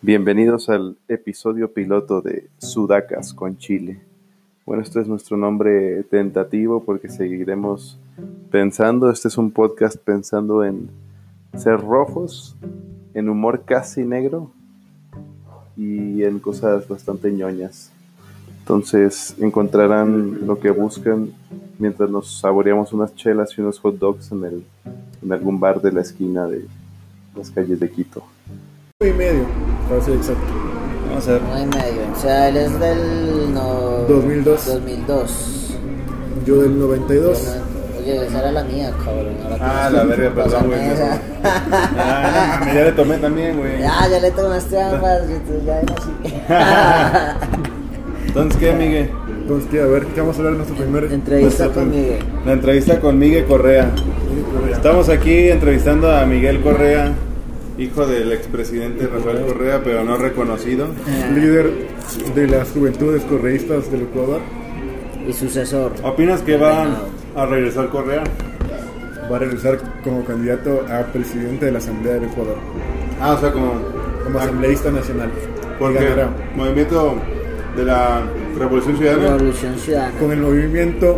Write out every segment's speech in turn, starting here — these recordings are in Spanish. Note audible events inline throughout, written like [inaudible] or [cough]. Bienvenidos al episodio piloto de Sudacas con Chile. Bueno, este es nuestro nombre tentativo porque seguiremos pensando. Este es un podcast pensando en ser rojos, en humor casi negro y en cosas bastante ñoñas. Entonces encontrarán lo que buscan mientras nos saboreamos unas chelas y unos hot dogs en, el, en algún bar de la esquina de las calles de Quito. y medio, para ser Ah, exacto. Vamos a ver. No hay medio. O sea, él es del. No, 2002. 2002. Yo del 92. Oye, esa era la mía, cabrón. Ahora Ah, tienes la que verga, perdón, pasarme güey. esa. [laughs] Ah, no mames, ya le tomé también, [laughs] güey. Ya, ya le tomaste ambas. y tú Ya era así. Entonces, ¿qué, Miguel? Entonces, ¿qué? a ver, ¿qué vamos a hablar en nuestro primer Entrevista nuestro con Miguel. La entrevista con Miguel Correa. primer- Estamos aquí entrevistando a Miguel Correa, hijo del expresidente Rafael Correa, pero no reconocido. Líder de las juventudes correístas del Ecuador. [laughs] Y sucesor. ¿Opinas que va a regresar Correa? Va a regresar como candidato a presidente de la Asamblea del Ecuador. Ah, o sea, como. Ah. Como asambleísta nacional. Y Porque ganará. movimiento de la Revolución Ciudadana. Revolución Ciudadana. Con el movimiento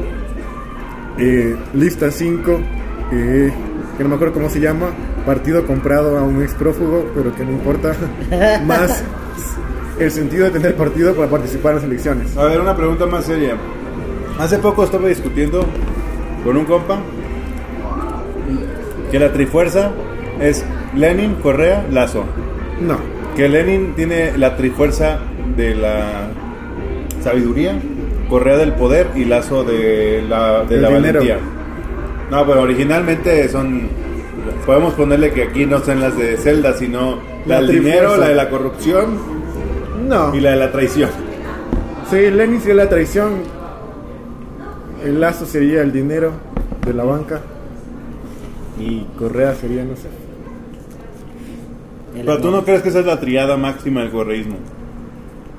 eh, Lista 5, eh, que no me acuerdo cómo se llama, partido comprado a un ex prófugo, pero que no importa. Más el sentido de tener partido para participar en las elecciones. A ver, una pregunta más seria. Hace poco estuve discutiendo con un compa que la trifuerza es Lenin, Correa, Lazo. No. Que Lenin tiene la trifuerza de la sabiduría, Correa del poder y Lazo de la, de Del la dinero. valentía. No, pero originalmente son. Podemos ponerle que aquí no son las de Zelda, sino la, La del dinero, trifuerza. la de la corrupción No. y la de la traición. Sí, Lenin sería la traición. El lazo sería el dinero de la banca. Y Correa sería, no sé. El Pero tú amor. no crees que esa es la triada máxima del correísmo.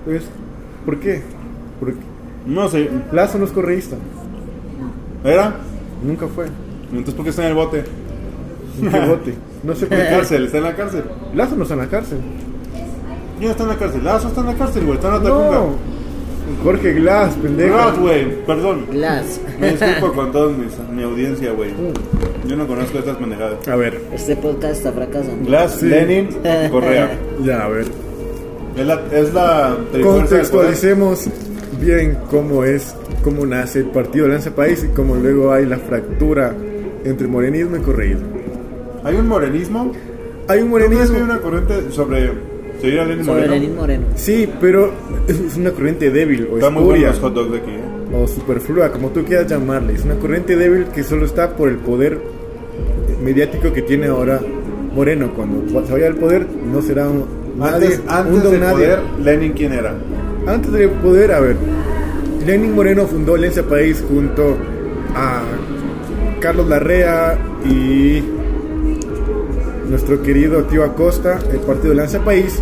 Pues, ¿Por qué? Porque No sé, Lazo no es correísta. ¿era? Nunca fue. Entonces, ¿por qué está en el bote? Un pivote. No sé por [laughs] En la qué. cárcel, está en la cárcel. Lazo no está en la cárcel. ¿Quién está en la cárcel? Lazo está en la cárcel, güey. Está en la No. Tacunga. Jorge Glass, pendejo. Ross, güey, perdón. Glass. Me disculpo con toda mi audiencia, güey. Yo no conozco estas manejadas. A ver. Este podcast está fracasando. Glass, Sí. [laughs] Lenin, Correa. Ya, a ver. Es la, es la trifuerza del poder. Contextualicemos bien cómo es, cómo nace el partido Lanza País y cómo luego hay la fractura entre morenismo y correísmo. Hay un morenismo. Hay un ¿Tú crees que hay morenismo. una corriente sobre. Seguir a Lenin Sobre Moreno. Lenin Moreno. Sí, pero es una corriente débil o Está muy bueno espuria los hot dogs de aquí, eh. o superflua, como tú quieras llamarle. Es una corriente débil que solo está por el poder mediático que tiene ahora Moreno. Cuando se vaya al poder, no será un, nadie, Antes, antes un don del nadie. poder, Lenin, ¿quién era? Antes del poder, a ver, Lenin Moreno fundó Alianza País junto a Carlos Larrea y nuestro querido tío Acosta, el partido Alianza País.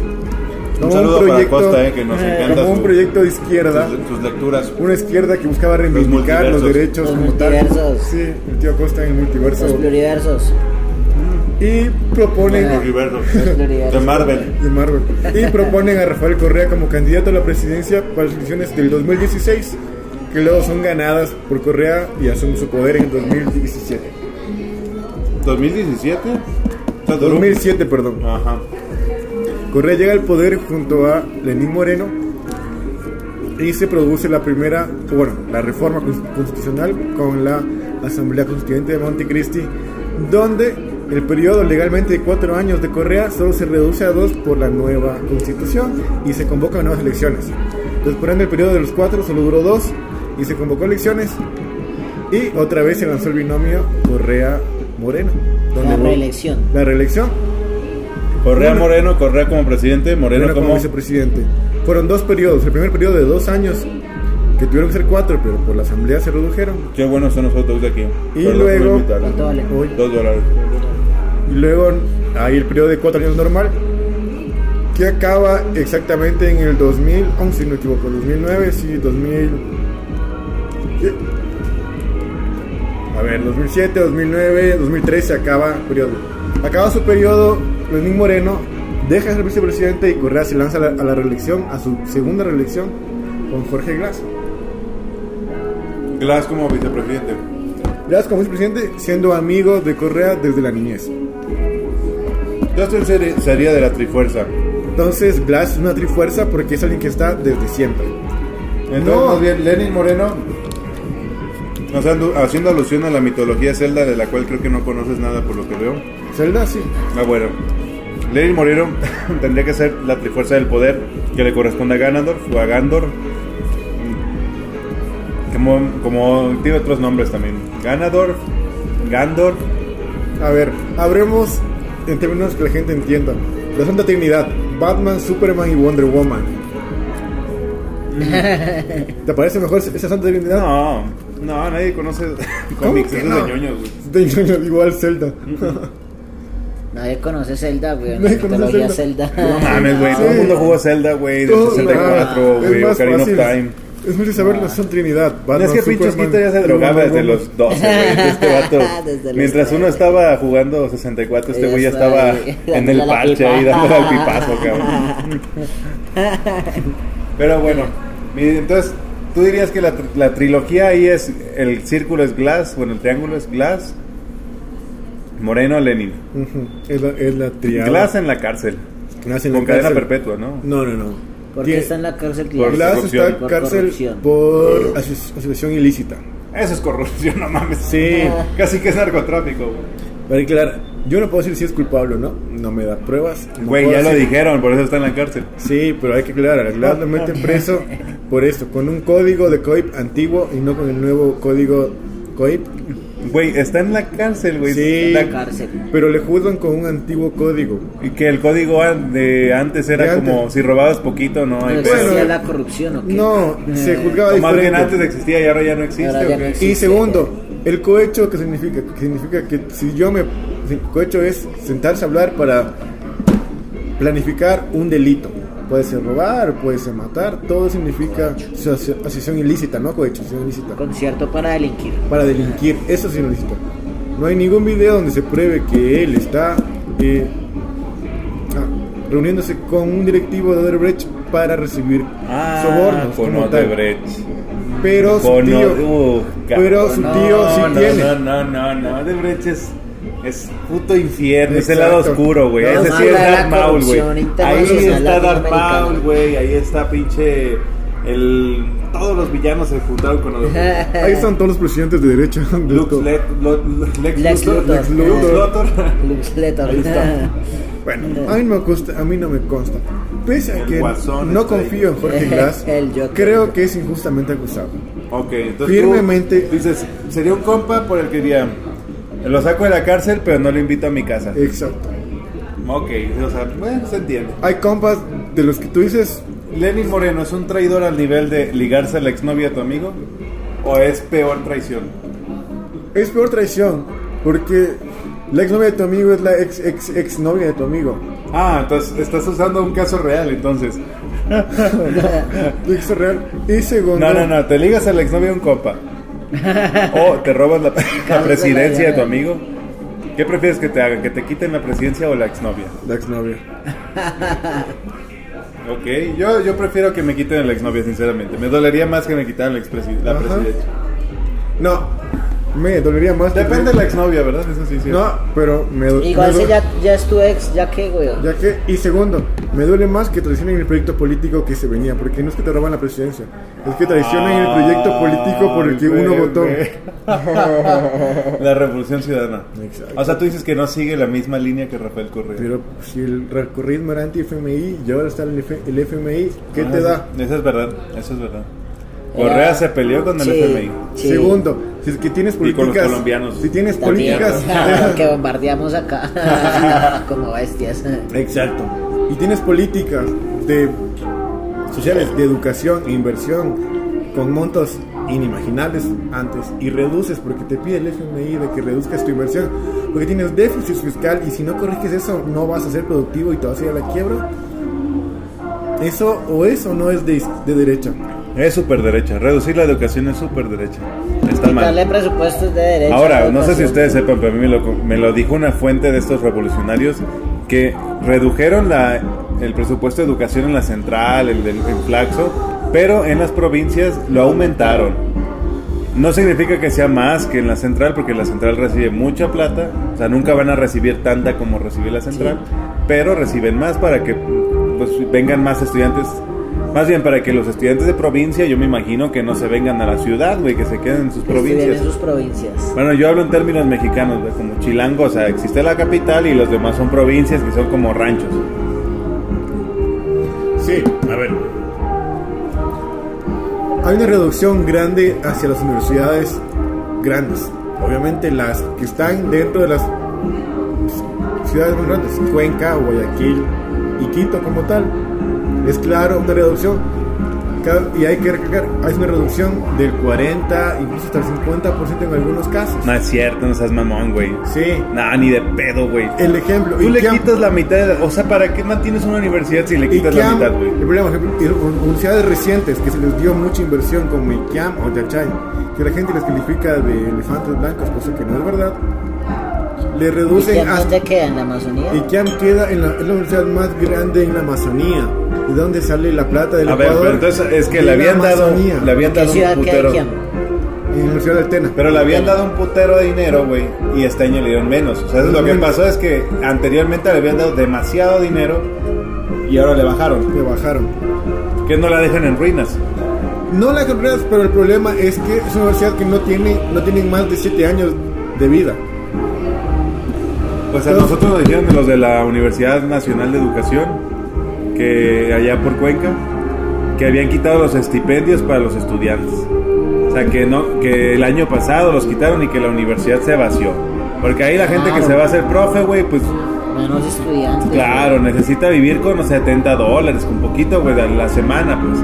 como Un saludo proyecto- para Costa, eh, que nos encanta. como un su- proyecto de izquierda, sus, sus lecturas. una izquierda que buscaba reivindicar los, multiversos. derechos Los como tal. multiversos. Sí, el tío Acosta en el multiverso. Los pluriversos. Y proponen Ajá. Universo. Los pluriversos. De Marvel. de Marvel. Y proponen a Rafael Correa como candidato a la presidencia para las elecciones del 2016, que luego son ganadas por Correa y asumen su poder en 2017. 2017. O sea, duró- 2007, perdón. Ajá. Correa llega al poder junto a Lenín Moreno y se produce la primera, bueno, la reforma cons- constitucional con la Asamblea Constituyente de Montecristi, donde el periodo legalmente de cuatro años de Correa solo se reduce a dos por la nueva constitución y se convocan nuevas elecciones. Entonces, por ende, el periodo de los cuatro solo duró dos y se convocó elecciones y otra vez se lanzó el binomio Correa-Moreno. donde La hubo- reelección. La reelección Correa Bueno. Moreno, Correa como presidente, Moreno, Moreno como, como. vicepresidente. Fueron dos periodos. El primer periodo de dos años, que tuvieron que ser cuatro, pero por la asamblea se redujeron. Qué buenos son los hot dogs de aquí. Y Perdón por luego- invitarla. ¿Cuánto vale? Hoy- Dos dólares. y luego hay el periodo de cuatro años normal, que acaba exactamente en el 2011, si no me equivoco, 2009, sí, 2000. ¿Qué? A ver, 2007, 2009, 2013 acaba el periodo. Acaba su periodo Lenín Moreno, deja de ser vicepresidente y Correa se lanza a la, a la reelección, a su segunda reelección con Jorge Glass. Glass como vicepresidente. Glass como vicepresidente siendo amigo de Correa desde la niñez. Entonces ser- sería de la Trifuerza. Entonces Glass es una trifuerza porque es alguien que está desde siempre. Entonces, No. más bien, Lenin Moreno, o sea, andu- haciendo alusión a la mitología celda, de la cual creo que no conoces nada por lo que veo. Zelda sí. Ah, bueno. Lenin Moreno [laughs] tendría que ser la trifuerza del poder que le corresponde a Ganondorf o a Gandor. Mm. Como, como tiene otros nombres también. Ganador, Gandor. A ver, habremos en términos que la gente entienda. La Santa Trinidad, Batman, Superman y Wonder [laughs] Woman. ¿Te parece mejor esa Santa Trinidad? No, no, nadie [laughs] conoce cómics, que eso es no? de ñoños, güey. Igual Zelda. Nadie conoce Zelda, güey. La Nadie conoce mitología Zelda. Zelda. No mames, güey. Todo el Sí. mundo jugó Zelda, güey, del Todo- 64, ah, güey, es más Ocarina of fácil. Time. Ah. Es mucho saber la Santa Trinidad. Batman, es que pinche Superman, Osquito ya se y drogaba Wonder desde Woman. los 12, güey. [laughs] Este vato. Desde los Mientras uno 12. estaba jugando 64, este Ya güey ya está, estaba güey, [laughs] en dándole el a la parche pipa. ahí dándole al pipazo, [laughs] cabrón. Pero bueno, mi- entonces, ¿tú dirías que la, tr- la trilogía ahí es. El círculo es Glass, bueno, el triángulo es Glass, Moreno, Lenin. Ujú, Es la, es la triada. Glass en la cárcel. Glass en Con la cadena cárcel. perpetua, ¿no? No, no, no. ¿Por qué Tiene- está en la cárcel? Por Glass corrupción. está en Por cárcel corrupción. por aso- asociación ilícita. Eso es corrupción, [laughs] no mames. Sí. Casi que es narcotráfico, güey. Para aclarar, yo no puedo decir si es culpable o no. No me da pruebas. no Güey, puedo ya lo decir- dijeron, por eso está en la cárcel. Sí, pero hay que aclarar. a Glass lo [laughs] meten preso por esto, con un código de COIP antiguo y no con el nuevo código COIP. Güey, está en la cárcel, güey. Sí. Pues, La- La cárcel. Pero le juzgan con un antiguo código. y que el código an- de antes era De antes. como si robabas poquito, no hay ¿No pedo. existía Bueno, eh, la corrupción o qué? Eh, No, se juzgaba O más bien diferente. antes existía y ahora ya no existe. Ahora ya ¿o no qué? existe. Y segundo, el cohecho que significa, que significa que si yo me el cohecho es sentarse a hablar para planificar un delito. Puede ser robar, puede ser matar, todo significa aso- asociación ilícita, no cohecho, asociación ilícita. Concierto para delinquir. Para delinquir, eso es ilícito. No hay ningún video donde se pruebe que él está eh, ah, reuniéndose con un directivo de Odebrecht para recibir Ah, sobornos. con como tal. Odebrecht. Pero su Con tío, O- uh, pero su cabrón. tío sí no, no, tiene. No, no, no, no. Odebrecht es, es puto infierno. Es el Exacto. lado oscuro, güey. No, Ese sí mala es la Darth Maul, güey. corrupción Ahí internacional está Darth latinoamericana. Maul, güey. Ahí está pinche. El, todos los villanos se juntaron con Odebrecht. Ahí están todos los presidentes de derecha. [laughs] de Lux, todo. Let- Lo- Lex Lex Luthor. Luthor. Lex Luthor. Lux Letor. Ahí está. Bueno, a mí, no me consta, a mí no me consta. Pese a El que Guasón no está ahí. confío en [laughs] Jorge Glass, El Joker. creo que es injustamente acusado. Ok, entonces Firmemente. tú dices, sería un compa por el que diría, lo saco de la cárcel, pero no lo invito a mi casa. Eh. Exacto. Ok, o sea, bueno, se entiende. Hay compas de los que tú dices, Lenin Moreno es un traidor al nivel de ligarse a la exnovia de tu amigo o es peor traición. es peor traición, porque la exnovia de tu amigo es la ex ex ex novia de tu amigo. Ah, entonces estás usando un caso real, entonces. Ex real. Y segundo, No, no, no, te ligas a la exnovia de un compa o te robas la, [laughs] la presidencia de tu amigo. ¿Qué prefieres que te hagan? ¿Que te quiten la presidencia o la exnovia? la exnovia. Ok, yo, yo prefiero que me quiten a la exnovia, sinceramente. Me dolería más que me quitaran la, expresi- la Ajá. presidencia. No, me dolería más. que- Depende de la exnovia, ¿verdad? Eso sí, sí. No, pero me do- [laughs] Igual me si do- ya, ya es tu ex, ya que, güey. Ya que, y segundo, me duele más que traicionen el proyecto político que se venía, porque no es que te roban la presidencia, es que traicionen el proyecto político por el que uno votó. [laughs] La revolución ciudadana. Exacto. O sea, tú dices que no sigue la misma línea que Rafael Correa. Pero pues, si el recorrido era anti-FMI y ahora está el, F- el FMI, ¿qué te da? Eh, Eso Ah, es verdad, eso es verdad. Correa se peleó con el Sí, FMI. sí. Segundo, si es que tienes con los políticas. colombianos. Si tienes También, políticas. [laughs] ¿no? que bombardeamos acá [laughs] como bestias. Exacto. Y tienes políticas de sociales, de educación e inversión con montos inimaginables antes y reduces porque te pide el FMI de que reduzcas tu inversión porque tienes déficit fiscal y si no corriges eso no vas a ser productivo y te vas a ir a la quiebra. Eso o eso no es de, de derecha. Es súper derecha. Reducir la educación es súper derecha. Está mal. Quitarle presupuestos de derecha. Ahora, no sé educación. si ustedes sepan, pero a mí me lo, me lo dijo una fuente de estos revolucionarios que redujeron la, el presupuesto de educación en la central, el del en Flaxo, pero en las provincias lo aumentaron. No significa que sea más que en la central, porque la central recibe mucha plata, o sea, nunca van a recibir tanta como recibe la central, pero reciben más para que pues, vengan más estudiantes. Más bien para que los estudiantes de provincia, yo me imagino que no se vengan a la ciudad, güey, que se queden en sus Estudian provincias. en sus provincias. Bueno, yo hablo en términos mexicanos, güey, como chilango, o sea, existe la capital y los demás son provincias que son como ranchos. Sí, a ver. Hay una reducción grande hacia las universidades grandes. Obviamente las que están dentro de las ciudades más grandes, Cuenca, Guayaquil y Quito como tal. Es claro, una reducción. Ca- Y hay que recalcar, hay una reducción del 40, incluso hasta el 50% en algunos casos. No es cierto, no seas mamón, güey. Sí, Nah, ni de pedo, güey. el ejemplo. Tú ¿y le qué am- quitas la mitad, de la- o sea, ¿para qué mantienes una universidad si le quitas la IKEAM, mitad, güey? el problema, por ejemplo, y un- universidades recientes que se les dio mucha inversión como ICAM o Yachay, que la gente les califica de elefantes blancos, cosa que no es verdad, le ¿Y reducen qué, hasta... dónde queda en la Amazonía? ICAM queda en la, es la universidad más grande en la Amazonía, de donde sale la plata del A ver, Ecuador. pero entonces es que de le la habían dado, Amazonía, le habían ¿Qué dado ciudad un queda putero, Iquiam? en la Universidad del Tena. pero le habían dado un putero de dinero, güey, y este año le dieron menos. O sea, eso es lo que Ujú. pasó es que anteriormente le habían dado demasiado dinero y ahora le bajaron. le bajaron. Que no la dejan en ruinas. No la compras, pero el problema es que es una universidad que no tiene, no tienen más de 7 años de vida. Pues a nosotros nos dijeron de los de la Universidad Nacional de Educación, que allá por Cuenca, que habían quitado los estipendios para los estudiantes. O sea, que, no, que el año pasado los quitaron y que la universidad se vació. Porque ahí la gente que Claro. se va a hacer profe, güey, pues Menos estudiantes. claro, necesita vivir con los 70 dólares, con poquito, güey, a la semana, pues.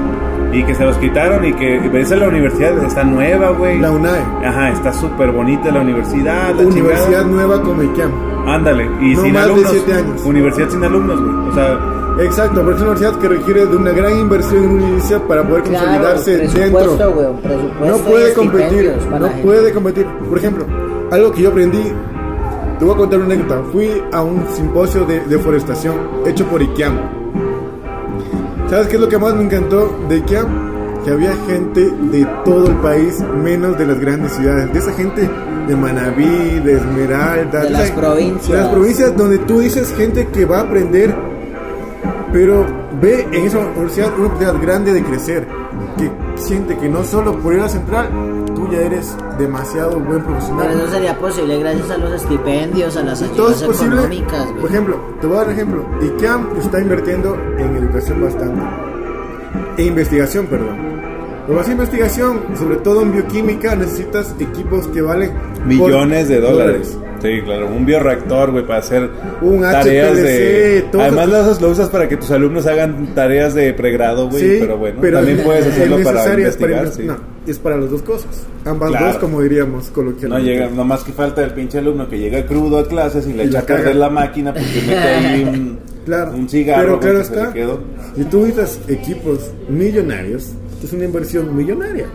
Y que se los quitaron y que esa es la universidad, está nueva, güey. La UNAE, Ajá, está súper bonita la universidad. la chingada. Universidad Nueva como ICAM. Ándale, y No sin más de alumnos. siete años. Universidad sin alumnos, güey. O sea, Exacto, porque es una universidad que requiere de una gran inversión en una inicia para poder Claro, consolidarse presupuesto, dentro. weón, presupuesto No y puede competir, estipendios para no la gente. puede competir. Por ejemplo, algo que yo aprendí, te voy a contar una anécdota. Fui a un simposio de deforestación hecho por IKEAM. ¿Sabes qué es lo que más me encantó de IKEAM? Que había gente de todo el país, menos de las grandes ciudades. De esa gente de Manabí, de Esmeralda, De esa- las provincias. de las provincias donde tú dices gente que va a aprender, pero ve en esa universidad una oportunidad grande de crecer. Que siente que no solo por ir a la central, tú ya eres demasiado buen Pero eso profesional. sería posible gracias a los estipendios, a las Y todo es ayudas posible. económicas, Por güey. ejemplo, te voy a dar un ejemplo. ICAM está invirtiendo en educación bastante. E investigación, perdón. Pero más investigación, sobre todo en bioquímica, necesitas equipos que valen millones por- de dólares. Sí, claro, un bioreactor, güey, para hacer Un tareas de. HPLC, todo Además, lo usas, lo usas para que tus alumnos hagan tareas de pregrado, güey. Sí, pero bueno, también es- puedes es hacerlo para necesario, es investigar. inves- sí. no. no, es para las dos cosas. Ambas Claro. dos, como diríamos coloquialmente. llega, nomás que falta el pinche alumno que llega crudo a clases y le Y la echa a perder caga. la máquina porque mete ahí un, [laughs] Claro. un cigarro Pero güey, claro que se le está. quedó. Si tú necesitas equipos millonarios, esto es una inversión millonaria.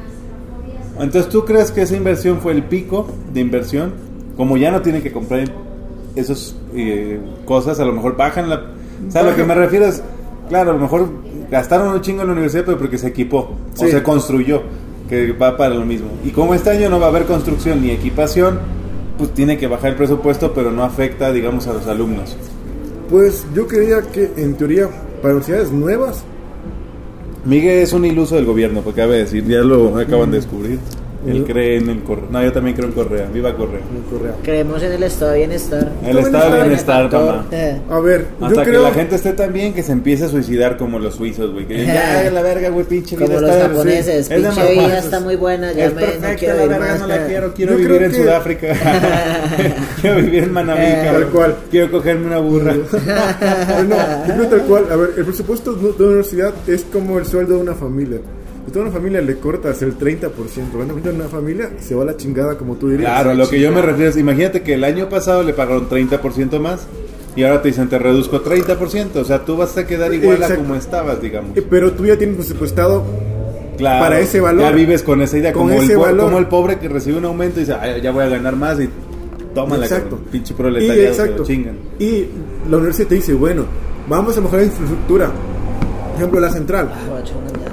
Entonces, ¿tú crees que esa inversión fue el pico de inversión? Como ya no tienen que comprar esas eh, cosas, a lo mejor bajan la... O sea, a lo que me refiero es, claro, a lo mejor gastaron un chingo en la universidad, pero porque se equipó, o Sí. se construyó, que va para lo mismo. Y como este año no va a haber construcción ni equipación, pues tiene que bajar el presupuesto, pero no afecta, digamos, a los alumnos. Pues yo creía que, en teoría, para universidades nuevas, Miguel es un iluso del gobierno, porque cabe decir, ya lo acaban de descubrir. Él cree en el correo. No, yo también creo en Correa. Viva Correa. me correa. Creemos en el estado de bienestar. El estado de bienestar, mamá. Eh, A ver, yo Hasta que creo. la [laughs] gente esté tan bien que se empiece a suicidar como los suizos, güey. Que ya, [laughs] la verga, güey, pinche vida Como los está- japoneses, sí, es de pinche vida mamones. está muy buena, ya es me- no perfecta, quiero la ir verga más, no la eh. quiero, quiero Yo creo vivir en que- Sudáfrica. [laughs] quiero vivir en Manabí, Eh, cabrón. tal cual. Quiero cogerme una [laughs] burra. Pero no, yo creo tal cual. A ver, el presupuesto de una universidad es como el sueldo de una familia. Si tú a una familia le cortas el 30%, van a meter a una familia se va a la chingada, como tú dirías. claro, lo que yo me refiero es, imagínate que el año pasado le pagaron 30% más y ahora te dicen te reduzco 30%, o sea, tú vas a quedar igual a Exacto. como estabas, digamos. Eh, Pero tú ya tienes presupuestado Claro, para ese valor. Ya vives con esa idea, Con como, el ese po- valor. como el pobre que recibe un aumento y dice, "Ay, ya voy a ganar más y toma la Exacto. pinche Y, proletariado, exacto. te lo [laughs] chingan. [laughs] y la universidad te dice, bueno, vamos a mejorar la infraestructura. Por ejemplo, la central. Ah, guacho, una mierda.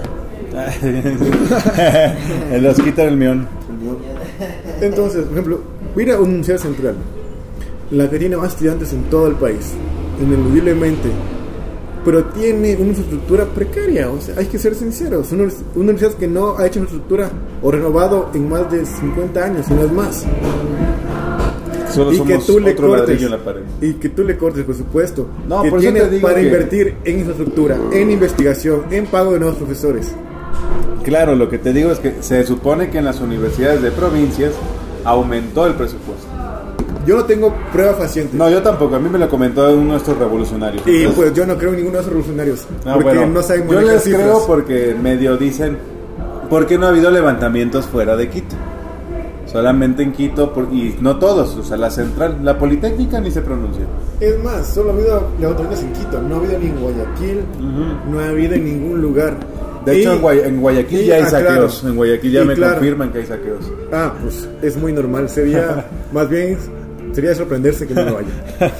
Los quitan el mión. Entonces, por ejemplo, mira a una universidad central, la que tiene más estudiantes en todo el país, ineludiblemente, pero tiene una infraestructura precaria, o sea, hay que ser sinceros, una univers- una universidad que no ha hecho infraestructura o renovado en más de 50 años, si no es más, Solo y que somos tú le otro cortes, ladrillo en la pared. y que tú le cortes presupuesto, No, que por eso tiene te digo para que- invertir en infraestructura, en investigación, en pago de nuevos profesores. Claro, lo que te digo es que se supone que en las universidades de provincias aumentó el presupuesto. Yo no tengo prueba faciente. No, yo tampoco, a mí me lo comentó uno de estos revolucionarios. Y Entonces, pues yo no creo en ninguno de esos revolucionarios. Ah, porque bueno, no saben Yo manejar les cifras. creo porque medio dicen, ¿por qué no ha habido levantamientos fuera de Quito? Solamente en Quito, por- y no todos, o sea, la central, la Politécnica ni se pronuncia. Es más, solo ha habido levantamientos en Quito. No ha habido ni en Guayaquil. Ujú. No ha habido en ningún lugar. De hecho, Y- en, Guaya- en Guayaquil y- ya hay ah, claro. saqueos, en Guayaquil ya Y me claro. confirman que hay saqueos. Ah, pues es muy normal. [laughs] Sería, más bien, sería sorprenderse que no lo haya. Que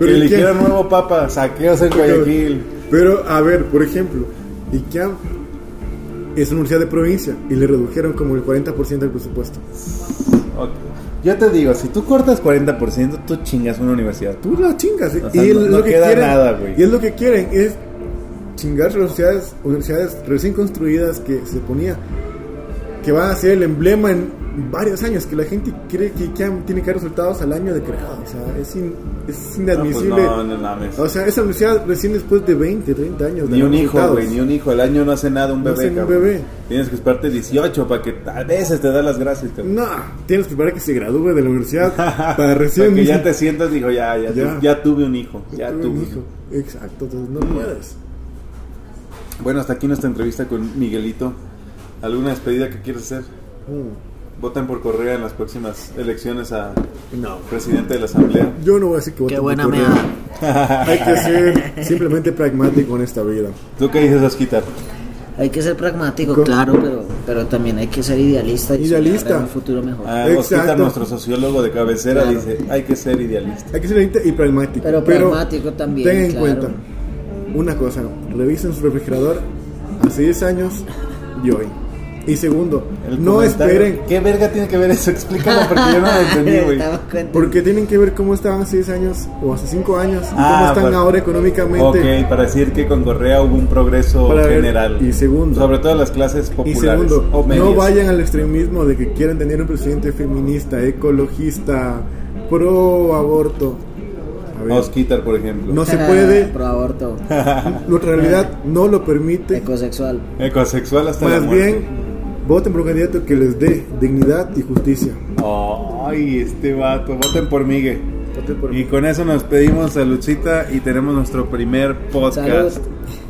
Pero, ¿y eligieron quién? nuevo papa, saqueos [laughs] en Guayaquil. Pero, a ver, por ejemplo, Iquiam es una universidad de provincia y le redujeron como el 40% del presupuesto. Ok. Yo te digo, si tú cortas 40%, tú chingas una universidad. Tú la chingas. O sea, y, no- es no lo que queda quieren, nada, güey. y es lo que quieren, es chingar universidades, universidades recién construidas que se ponía, que van a ser el emblema en varios años, que la gente cree que IKEA tiene que dar resultados al año de creado. O sea, es, in- es inadmisible. Ah, No, pues no, no mames. O sea, esa universidad recién después de 20, 30 años. de Ni un hijo, resultados. güey, ni un hijo. El año no hace nada un No bebé, hace un cabrón. bebé. Tienes que esperarte 18 para que a veces te da las gracias, [laughs] cabrón. No, tienes que esperar a que se gradúe de la universidad Mm, para recién. [laughs] Para que ya te sientas, digo, ya, ya, Ya. ya, tuve un hijo. Yo Ya tuve tuve un hijo. Exacto, entonces no puedes. Bueno, hasta aquí nuestra entrevista con Miguelito. ¿Alguna despedida que quieres hacer? Mm, Voten por Correa en las próximas elecciones a No. presidente de la Asamblea. Yo no voy a decir que voy Qué a tener buena que me correr. da. Hay que ser simplemente pragmático en esta vida. ¿Tú qué dices, Osquitar? Hay que ser pragmático, Co- claro, pero, pero también hay que ser idealista y soñar Idealista. en un futuro mejor. Ah, Exacto. Osquitar, nuestro sociólogo de cabecera, Claro. dice, hay que ser idealista. Hay que ser realista y pragmático. Pero pragmático también, Tengan en claro. cuenta una cosa: revisen su refrigerador hace 10 años y hoy. Y segundo, El no comentario- esperen, ¿Qué verga tiene que ver eso? Explícalo porque yo no [laughs] lo [laughs] entendí, güey. Estamos cuenta. porque tienen que ver cómo estaban hace 10 años o hace 5 años, y cómo Ah, están para- ahora económicamente. Ok, para decir que con Correa hubo un progreso Para ver, general. y segundo. Sobre todo en las clases Y populares. segundo, o medias. no vayan al extremismo de que quieren tener un presidente feminista, ecologista, pro aborto. A ver, Osquitar, por ejemplo. no [laughs] se puede, Pro [laughs] aborto, Nuestra realidad no lo permite. ecosexual. Ecosexual hasta la Más muerte. bien, voten por un candidato que les dé dignidad y justicia. Ay, este vato. Voten por Migue. Voten por Y con eso nos pedimos saludcita y tenemos nuestro primer podcast. Salud.